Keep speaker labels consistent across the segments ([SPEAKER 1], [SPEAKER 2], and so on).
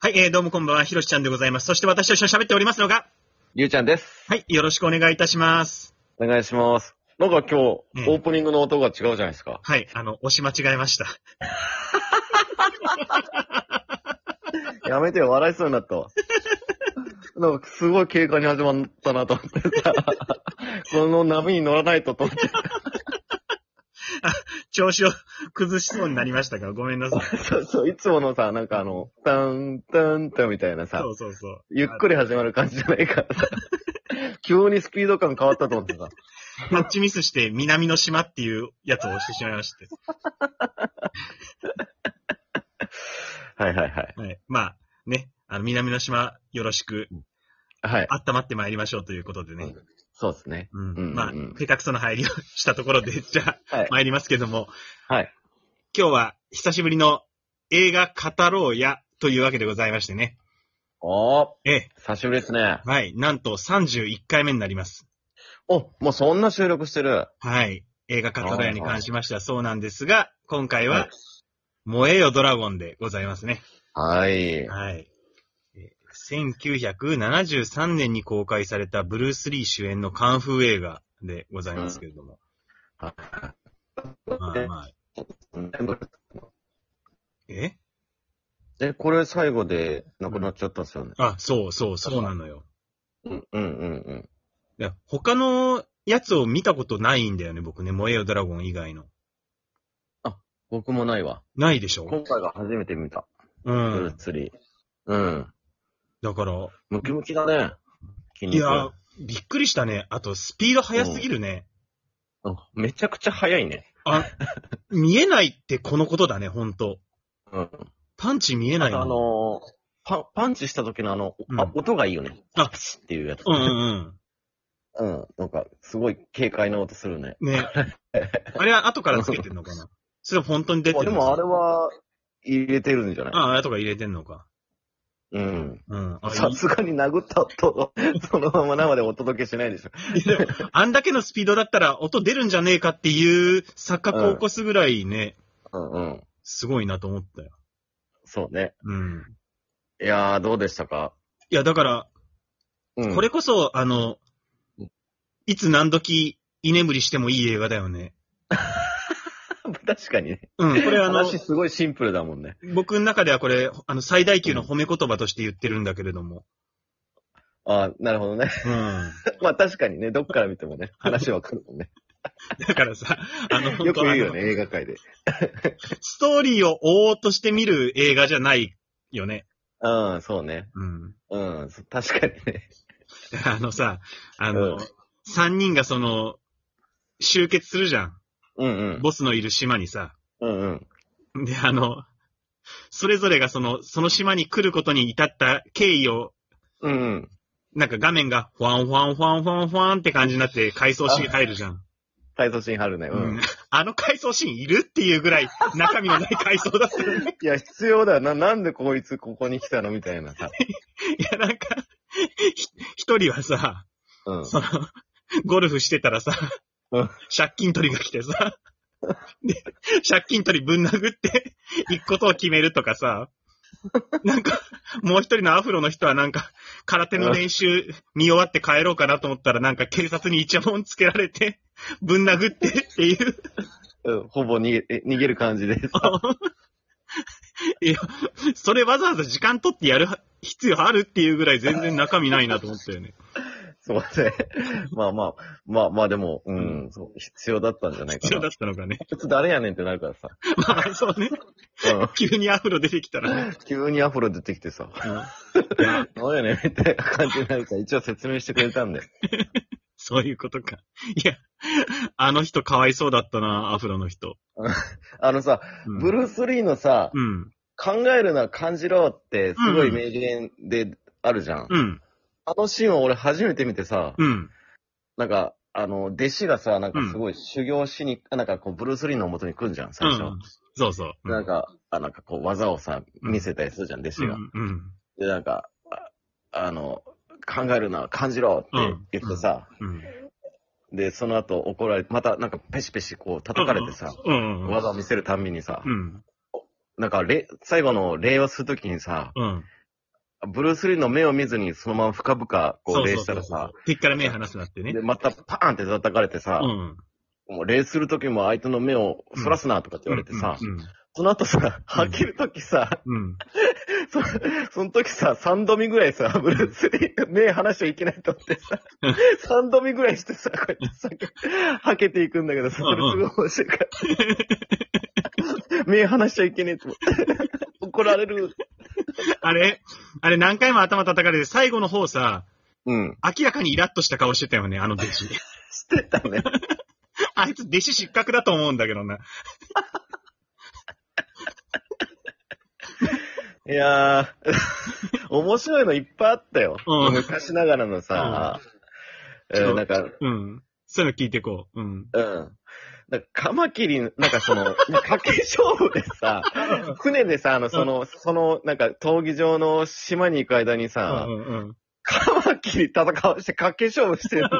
[SPEAKER 1] はい、えー、どうもこんばんは、ひろしちゃんでございます。そして私と一緒に喋っておりますのが、
[SPEAKER 2] ゆうちゃんです。
[SPEAKER 1] はい、よろしくお願いいたします。
[SPEAKER 2] お願いします。なんか今日、オ
[SPEAKER 1] ええ
[SPEAKER 2] ープニングの音が違うじゃないですか。
[SPEAKER 1] はい、あの、押し間違えました。
[SPEAKER 2] やめてよ、笑いそうになったわ。なんかすごい軽快に始まったなと思って さ、この波に乗らないとと思って
[SPEAKER 1] 調子を崩しそうになりましたが、ごめんなさい。
[SPEAKER 2] そうそう、いつものさ、なんかあの、タンタンタンみたいなさ
[SPEAKER 1] そ、うそうそう。
[SPEAKER 2] ゆっくり始まる感じじゃないから さ、急にスピード感変わったと思ってさ、
[SPEAKER 1] タッチミスして、南の島っていうやつを押してしまいまして。
[SPEAKER 2] はいはいはい。
[SPEAKER 1] はい、まあ、ね、あの、南の島、よろしく、
[SPEAKER 2] はい。
[SPEAKER 1] 温まってまいりましょうということでね。
[SPEAKER 2] そうですね。
[SPEAKER 1] うん。
[SPEAKER 2] うんうん
[SPEAKER 1] まあ、下手くそな入りをしたところで、 じゃあ、
[SPEAKER 2] はい
[SPEAKER 1] 参りますけども、
[SPEAKER 2] はい。
[SPEAKER 1] 今日は、久しぶりの映画語ろうや、というわけでございましてね。
[SPEAKER 2] おー、
[SPEAKER 1] ええ、
[SPEAKER 2] 久しぶりですね。
[SPEAKER 1] はい。なんと31回目になります。
[SPEAKER 2] お、もうそんな収録してる。
[SPEAKER 1] はい。映画語らやに関しましてはそうなんですが、今回は、燃えよドラゴンでございますね。
[SPEAKER 2] はい。
[SPEAKER 1] はい。え1973年に公開されたブルース・リー主演のカンフー映画でございますけれども。まあまあ、え
[SPEAKER 2] え、これ最後でなくなっちゃったんですよね。
[SPEAKER 1] あ、そうそう、そうなのよ。
[SPEAKER 2] うん、うん、うん。
[SPEAKER 1] いや他のやつを見たことないんだよね、僕ね。燃えよドラゴン以外の。
[SPEAKER 2] 僕もないわ。
[SPEAKER 1] ないでしょ
[SPEAKER 2] 今回が初めて見た。
[SPEAKER 1] う
[SPEAKER 2] ブル
[SPEAKER 1] ん
[SPEAKER 2] ー。スリー。うん。
[SPEAKER 1] だから、
[SPEAKER 2] ムキムキだね。筋肉
[SPEAKER 1] いやー、びっくりしたね。あと、スピード速すぎるね。
[SPEAKER 2] うんめちゃくちゃ速いね。
[SPEAKER 1] あ、見えないってこのことだね、ほんと。
[SPEAKER 2] うん。
[SPEAKER 1] パンチ見えな
[SPEAKER 2] あ
[SPEAKER 1] いの
[SPEAKER 2] とあのーパン、パンチした時のあの、
[SPEAKER 1] う
[SPEAKER 2] あ
[SPEAKER 1] ん、
[SPEAKER 2] 音がいいよね。
[SPEAKER 1] あ
[SPEAKER 2] パチッっていうやつ。
[SPEAKER 1] うんうん
[SPEAKER 2] うん。なんか、すごい軽快な音するね。
[SPEAKER 1] うん。 ね。あれは後からつけてんのかなそれは本当に出て
[SPEAKER 2] あ
[SPEAKER 1] る
[SPEAKER 2] で
[SPEAKER 1] の
[SPEAKER 2] もあれは、入れてるんじゃない
[SPEAKER 1] ああ、後から入れてんのか。
[SPEAKER 2] うん。
[SPEAKER 1] うん。あ
[SPEAKER 2] さすがに殴った後、 そのまま生でお届けしないでしょ。
[SPEAKER 1] いやでもあんだけのスピードだったら音出るんじゃねえかっていう錯覚を起こすぐらいね、
[SPEAKER 2] うんうん。
[SPEAKER 1] すごいなと思ったよ。
[SPEAKER 2] そうね。
[SPEAKER 1] うん。
[SPEAKER 2] いやー、どうでしたか
[SPEAKER 1] いや、だから、
[SPEAKER 2] うん
[SPEAKER 1] これこそ、あの、いつ何時居眠りしてもいい映画だよね。
[SPEAKER 2] 確かにね。
[SPEAKER 1] うん、これあの、
[SPEAKER 2] 話すごいシンプルだもんね。
[SPEAKER 1] 僕の中ではこれ、あの、最大級の褒め言葉として言ってるんだけれども。
[SPEAKER 2] あなるほどね。
[SPEAKER 1] うん。
[SPEAKER 2] まあ確かにね、どっから見 てもね、話わかるもんね。
[SPEAKER 1] だからさ、あの、
[SPEAKER 2] よく言うよ
[SPEAKER 1] 本
[SPEAKER 2] ね、映画界で。
[SPEAKER 1] 当あのストーリーを追おうとして見る映画じゃないよね。
[SPEAKER 2] うん、そうね。
[SPEAKER 1] うん。
[SPEAKER 2] うん、そ確かにね。
[SPEAKER 1] だからあのさ、あの、
[SPEAKER 2] うん
[SPEAKER 1] 三3人がその、集結するじゃん。
[SPEAKER 2] うんうん。
[SPEAKER 1] ボスのいる島にさ。
[SPEAKER 2] うんうん。
[SPEAKER 1] で、あの、それぞれがその、その島に来ることに至った経緯を、
[SPEAKER 2] うんうん。
[SPEAKER 1] なんか画面が、フワンフワンフワンフワンフワンって感じになって回想シーン入るじゃん。
[SPEAKER 2] 体操シーンるね。う
[SPEAKER 1] うん
[SPEAKER 2] ん。
[SPEAKER 1] あの回想シーンいるっていうぐらい中身のない回想だったよね。
[SPEAKER 2] いや、必要だよな。なんでこいつここに来たのみたいな さ。
[SPEAKER 1] いや、なんか、ひ一人はさ、
[SPEAKER 2] うん。
[SPEAKER 1] その、 ゴルフしてたらさ
[SPEAKER 2] うん、
[SPEAKER 1] 借金取りが来てさ、で、借金取りぶん殴って、行くことを決めるとかさ、なんか、もう一人のアフロの人はなんか、空手の練習見終わって帰ろうかなと思ったら、なんか警察にイチャモンつけられて、ぶん殴ってっていう、
[SPEAKER 2] うんほぼ逃げ、え逃げる感じで さ。
[SPEAKER 1] いや、それわざわざ時間取ってやる必要あるっていうぐらい全然中身ないなと思ったよね。
[SPEAKER 2] そうね。 まあまあ、まあまあでも、うん、そう、必要だったんじゃないか
[SPEAKER 1] 必要だ
[SPEAKER 2] な
[SPEAKER 1] っ。たのかね。
[SPEAKER 2] こいつ誰やねんってなるからさ。
[SPEAKER 1] まあ、そうね。
[SPEAKER 2] うん。
[SPEAKER 1] 急にアフロ出てきたら ね。
[SPEAKER 2] 急にアフロ出てきてさ。そうやねみたいな感じになるから、一応説明してくれたんで。
[SPEAKER 1] そういうことか。いや、あの人かわいそうだったな、アフロの人。
[SPEAKER 2] あのさ、
[SPEAKER 1] うん、
[SPEAKER 2] ブルース・リーのさ、
[SPEAKER 1] うん。
[SPEAKER 2] 考えるな、感じろって、すごい名言であるじゃん。
[SPEAKER 1] うん。
[SPEAKER 2] あのシーンを俺初めて見てさ、
[SPEAKER 1] うん。
[SPEAKER 2] なんか、あの、弟子がさ、なんかすごい修行しに、なんかこう、ブルース・リーの元に来るじゃん、最初。
[SPEAKER 1] うんそうそう。うん
[SPEAKER 2] なんか、あなんかこう、技をさ、
[SPEAKER 1] うん
[SPEAKER 2] 見せたりするじゃん、弟子
[SPEAKER 1] う
[SPEAKER 2] が。
[SPEAKER 1] ん。うん。
[SPEAKER 2] で、なんか、ああの、考えるな、感じろって言ってさ、
[SPEAKER 1] うん。
[SPEAKER 2] で、その後怒られて、またなんかペシペシこう叩かれてさ、
[SPEAKER 1] うん。
[SPEAKER 2] 技を見せるたんびにさ
[SPEAKER 1] う、ん。
[SPEAKER 2] なんか、れ、最後の礼をするときにさ、
[SPEAKER 1] うん。
[SPEAKER 2] ブルース・リーの目を見ずにそのまま深々こ
[SPEAKER 1] そうう
[SPEAKER 2] 礼
[SPEAKER 1] そ
[SPEAKER 2] し
[SPEAKER 1] う
[SPEAKER 2] た
[SPEAKER 1] そ
[SPEAKER 2] ら
[SPEAKER 1] うそう
[SPEAKER 2] さ、。
[SPEAKER 1] 敵から目離すなってね
[SPEAKER 2] で、。またパーンって叩かれてさ
[SPEAKER 1] う、ん。
[SPEAKER 2] もう礼する時も相手の目をそらすなとかって言われてさ
[SPEAKER 1] う、ん。
[SPEAKER 2] その後さ、はける時さ、
[SPEAKER 1] うん。
[SPEAKER 2] そその時さ、3度見ぐらいさ、ブルース・リー、目離しちゃいけないと思ってさ、3度見ぐらいしてさ、こうやってさ、はけていくんだけどさ、それすごい面白いから。目離しちゃいけねえと思って。怒られる。
[SPEAKER 1] あれ、あれ何回も頭叩かれて、最後の方さ、
[SPEAKER 2] うん。
[SPEAKER 1] 明らかにイラッとした顔してたよね、あの弟 子。
[SPEAKER 2] してたね。
[SPEAKER 1] あいつ弟子失格だと思うんだけどな。
[SPEAKER 2] いやー、 面白いのいっぱいあったよ。
[SPEAKER 1] うん
[SPEAKER 2] 昔ながらのさ、
[SPEAKER 1] うん
[SPEAKER 2] えーなんか、
[SPEAKER 1] うん。そういうの聞いてこう。うん。
[SPEAKER 2] うん。なんか、カマキリ、なんかその、 賭け勝負でさ、船でさ、あの、その、その、なんか、闘技場の島に行く間に
[SPEAKER 1] う
[SPEAKER 2] さ、
[SPEAKER 1] んうんうん。
[SPEAKER 2] カマキリ戦わして賭け勝負してるんだ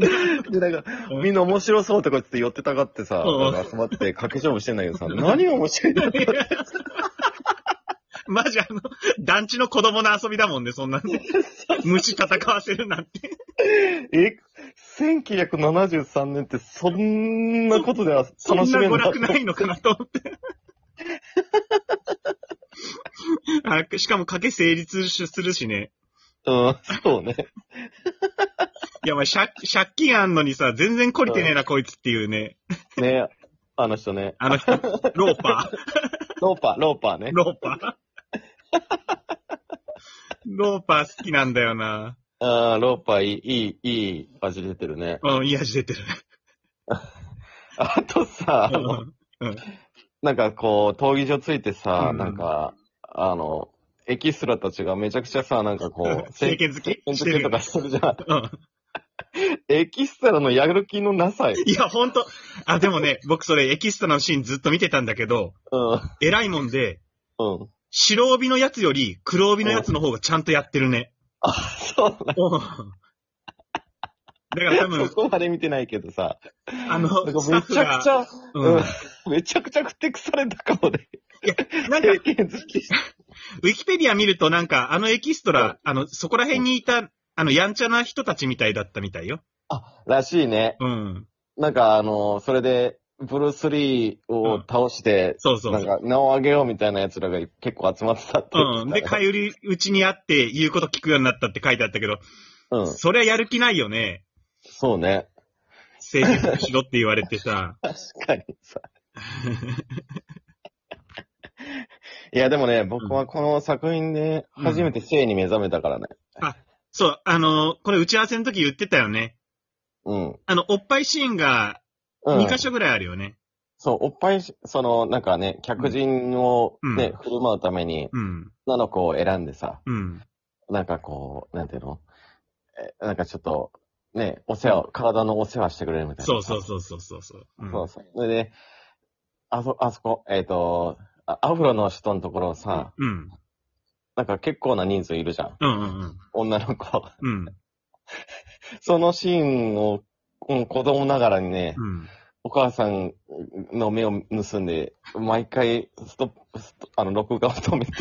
[SPEAKER 2] って。で、なんか、みんな面白そうとか言って寄ってたがってさ、
[SPEAKER 1] うん
[SPEAKER 2] なんか集まって賭け勝負してんだけどさ、何が面白いんだって。
[SPEAKER 1] マジあの、団地の子供の遊びだもんね、そんなね。虫戦わせるなんて。
[SPEAKER 2] え、1973年ってそんなことでは
[SPEAKER 1] そんな
[SPEAKER 2] 楽しめ
[SPEAKER 1] 娯
[SPEAKER 2] んだ
[SPEAKER 1] 楽ないのかなと思って。あしかも賭け成立するしね。
[SPEAKER 2] うん、そうね。
[SPEAKER 1] いや、お前借、借金あんのにさ、全然懲りてねえな、こいつっていうね。
[SPEAKER 2] ねあの人ね。
[SPEAKER 1] あの人、ローパー。
[SPEAKER 2] ローパー、ローパーね。
[SPEAKER 1] ローパー。ローパー好きなんだよな。
[SPEAKER 2] あーローパーいい、いい、いい味出てるね。
[SPEAKER 1] うん、癒し出てる。
[SPEAKER 2] あとさ、あの
[SPEAKER 1] う
[SPEAKER 2] なんかこう、闘技場ついてさ、
[SPEAKER 1] うん
[SPEAKER 2] なんか、あの、エキストラたちがめちゃくちゃさ、なんかこう、
[SPEAKER 1] ん。政権好き
[SPEAKER 2] 政
[SPEAKER 1] して
[SPEAKER 2] 権的
[SPEAKER 1] る
[SPEAKER 2] と
[SPEAKER 1] よ
[SPEAKER 2] か。するじゃん。
[SPEAKER 1] うん。
[SPEAKER 2] エキストラのやる気のなさい。
[SPEAKER 1] いや、ほんと。あ、でもね、 僕それエキストラのシーンずっと見てたんだけど、
[SPEAKER 2] うん、うん。
[SPEAKER 1] 偉いもんで、白帯のやつより黒帯のやつの方がちゃんとやってるね。
[SPEAKER 2] あ、そうだ。
[SPEAKER 1] うん。だから多分
[SPEAKER 2] そ、こまで見てないけどさ。
[SPEAKER 1] あの
[SPEAKER 2] なん、か
[SPEAKER 1] スタッ
[SPEAKER 2] め
[SPEAKER 1] フ
[SPEAKER 2] ちゃ
[SPEAKER 1] が
[SPEAKER 2] くち、ゃ、
[SPEAKER 1] うん。
[SPEAKER 2] うん めちゃくちゃふてくされた顔 で、
[SPEAKER 1] なんか、
[SPEAKER 2] 経験好きして
[SPEAKER 1] ウィキペディア見るとなんか、あのエキスト
[SPEAKER 2] う
[SPEAKER 1] ラ、あの、そこら辺にいた、あの、やんちゃな人たちみたいだったみたいよ。
[SPEAKER 2] らしいね。
[SPEAKER 1] うん。
[SPEAKER 2] なんかあの、それで、ブルース・リーを倒して、
[SPEAKER 1] そうそう
[SPEAKER 2] なん
[SPEAKER 1] そう。
[SPEAKER 2] か名を上げようみたいな奴らが結構集まってたって言
[SPEAKER 1] う
[SPEAKER 2] っ
[SPEAKER 1] ん。
[SPEAKER 2] て
[SPEAKER 1] で、
[SPEAKER 2] た
[SPEAKER 1] 通
[SPEAKER 2] ね。
[SPEAKER 1] いうちに会って言うこと聞くようになったって書いてあったけど、
[SPEAKER 2] うん、
[SPEAKER 1] そりゃやる気ないよね。
[SPEAKER 2] そうね。
[SPEAKER 1] 成立しろって言われてさ。
[SPEAKER 2] 確かにさ。 いや、でもね、僕はこの作品で初めて性に目覚めたからね。
[SPEAKER 1] そう、あの、これ打ち合わせの時言ってたよね。
[SPEAKER 2] うん。
[SPEAKER 1] あの、おっぱいシーンが
[SPEAKER 2] うん。
[SPEAKER 1] 2箇所ぐらいあるよね。
[SPEAKER 2] そう、おっぱいし、その、なんかね、客人をね、振る舞うために、
[SPEAKER 1] うん。
[SPEAKER 2] 女の子を選んでさ、
[SPEAKER 1] うん。
[SPEAKER 2] なんかこう、なんていうのえ、なんかちょっと、ね、お世話、体のお世話してくれるみたいな。
[SPEAKER 1] そうそうそうそうそうそう。う
[SPEAKER 2] うんそうそう。それで、あそ、あそこ、えっ、と、あアフロの人のところさ、
[SPEAKER 1] うん。
[SPEAKER 2] なんか結構な人数いるじゃん。
[SPEAKER 1] うんうん
[SPEAKER 2] 女の子。
[SPEAKER 1] うん。
[SPEAKER 2] そのシーンを、うん、子供ながらにね、
[SPEAKER 1] うん。
[SPEAKER 2] お母さんの目を盗んで、毎回、ストップ、ストあの、録画を止 めて、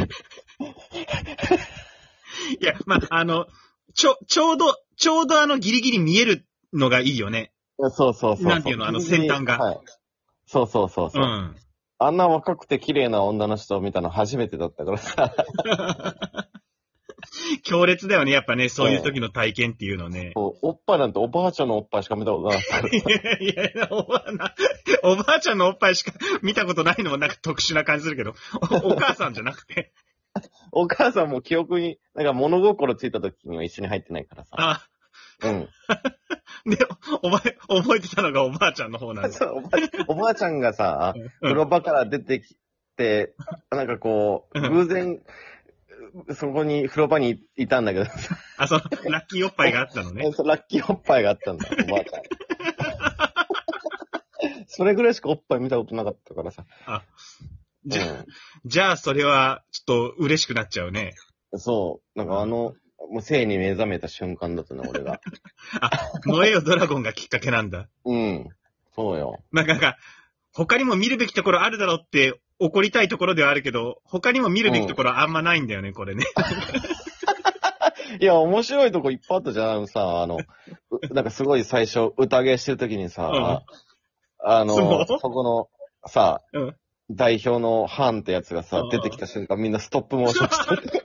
[SPEAKER 1] いや、まあ、あの、ちょ、ちょうど、ちょうどあのギリギリ見えるのがいいよね。
[SPEAKER 2] そうそうそうそう。
[SPEAKER 1] なんていうのあの先端が
[SPEAKER 2] はい。そうそうそうそうう。
[SPEAKER 1] ん。
[SPEAKER 2] あんな若くて綺麗な女の人を見たの初めてだったからさ。
[SPEAKER 1] 強烈だよね、やっぱね、そういう時の体験っていうのね。
[SPEAKER 2] こうおっぱいなんておばあちゃんのおっぱいしか見たことなかった。
[SPEAKER 1] いや いや、おばあな、おばあちゃんのおっぱいしか 見たことないのもなんか特殊な感じするけど、おお母さんじゃなくて。
[SPEAKER 2] お母さんも記憶に、なんか物心ついた時には一緒に入ってないからさ。
[SPEAKER 1] あ、
[SPEAKER 2] うん。
[SPEAKER 1] で、お前、覚えてたのがおばあちゃんの方なんだ。
[SPEAKER 2] そうおばおばあちゃんがさ、
[SPEAKER 1] う
[SPEAKER 2] 風
[SPEAKER 1] ん
[SPEAKER 2] 呂場から出てきて、なんかこう、
[SPEAKER 1] うん
[SPEAKER 2] 偶然、そこに風呂場にいたんだけどさ、
[SPEAKER 1] あ、その、ラッキーおっぱいがあったのね。
[SPEAKER 2] そうラッキーおっぱいがあったんだ、おばあちゃん。それぐらいしかおっぱい見たことなかったからさ。
[SPEAKER 1] あ、じゃ、
[SPEAKER 2] う
[SPEAKER 1] じゃあそれは、ちょっと嬉しくなっちゃうね。
[SPEAKER 2] ん、そう。なんかあの、もう性に目覚めた瞬間だったね、俺が。
[SPEAKER 1] あ、燃えよドラゴンがきっかけなんだ。
[SPEAKER 2] うん。そうよ。
[SPEAKER 1] なんかなんか、他にも見るべきところあるだろうって怒りたいところではあるけど、他にも見るべきところあんまないんだよね、これね。
[SPEAKER 2] いや、面白いとこいっぱいあったじゃん。あのさ、あの、うなんかすごい最初、宴してる時にさ、あの、
[SPEAKER 1] そう
[SPEAKER 2] そこの、さ、
[SPEAKER 1] うん
[SPEAKER 2] 代表のハンってやつがさ
[SPEAKER 1] うん、
[SPEAKER 2] 出てきた瞬間みんなストップモーションしてる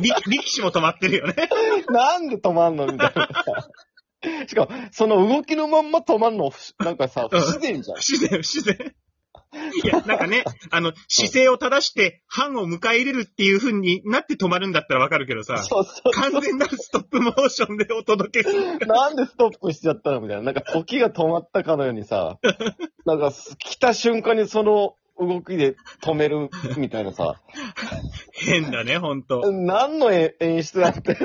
[SPEAKER 1] 力力士も止まってるよね。
[SPEAKER 2] なんで止まんのみたいなさ。しかも、その動きのまんま止まんの、ふしなんかさ、
[SPEAKER 1] う
[SPEAKER 2] 不
[SPEAKER 1] ん
[SPEAKER 2] 自然じゃん
[SPEAKER 1] 不。自然、不自然。いや、なんかね、あの、姿勢を正して、班を迎え入れるっていう風になって止まるんだったらわかるけどさ、
[SPEAKER 2] そうそう。
[SPEAKER 1] 完全なるストップモーションでお届けする。
[SPEAKER 2] なんでストップしちゃったのみたいな。なんか時が止まったかのように さ、なんか来た瞬間にその動きで止めるみたいなさ、
[SPEAKER 1] 変だね、ほんと。
[SPEAKER 2] 何のえ演出だって。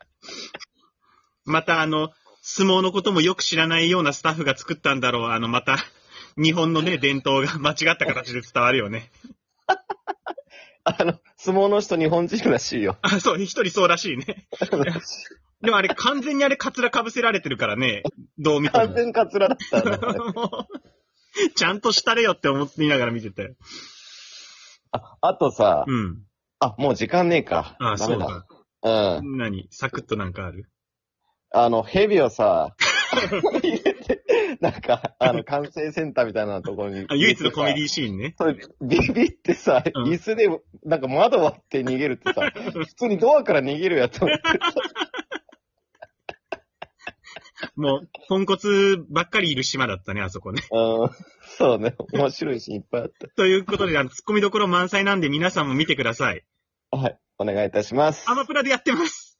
[SPEAKER 1] またあの、相撲のこともよく知らないようなスタッフが作ったんだろう。あの、また、日本のね、伝統が間 違った形で伝わるよね。
[SPEAKER 2] あの、相撲の人日本人らし いよ。
[SPEAKER 1] あ、そう、一人そうらしいね。でもあれ、完全にあれ、カツラ被せられてるからね、どう見て
[SPEAKER 2] 完
[SPEAKER 1] も。
[SPEAKER 2] 全カツラだったね。
[SPEAKER 1] もうちゃんとしたれよって思っていながら見てたよ。
[SPEAKER 2] ああとさ、
[SPEAKER 1] うん。
[SPEAKER 2] あ、もう時間ねえか。
[SPEAKER 1] あ、
[SPEAKER 2] ダ
[SPEAKER 1] そ
[SPEAKER 2] メ
[SPEAKER 1] う
[SPEAKER 2] だ。
[SPEAKER 1] だ。
[SPEAKER 2] うん。
[SPEAKER 1] 何サクッとなんかある
[SPEAKER 2] あの、蛇 をさ、入れて、なんか、あの、完成センターみたいなところに。
[SPEAKER 1] あ唯一のコメデ
[SPEAKER 2] ィ。
[SPEAKER 1] ィシーンね。
[SPEAKER 2] それビビってさ、
[SPEAKER 1] うん
[SPEAKER 2] 椅子で、なんか窓割って逃げるってさ、普通にドアから逃げるやつ。
[SPEAKER 1] もう、ポンコツばっかりいる島だったね、あそこね。
[SPEAKER 2] うん。そうね。面白いシーンいっぱいあっ
[SPEAKER 1] ということで、あの、ツッコミどころ満載なんで皆さんも見てください。
[SPEAKER 2] た。はい。お願いいたします。
[SPEAKER 1] アマプラでやってます。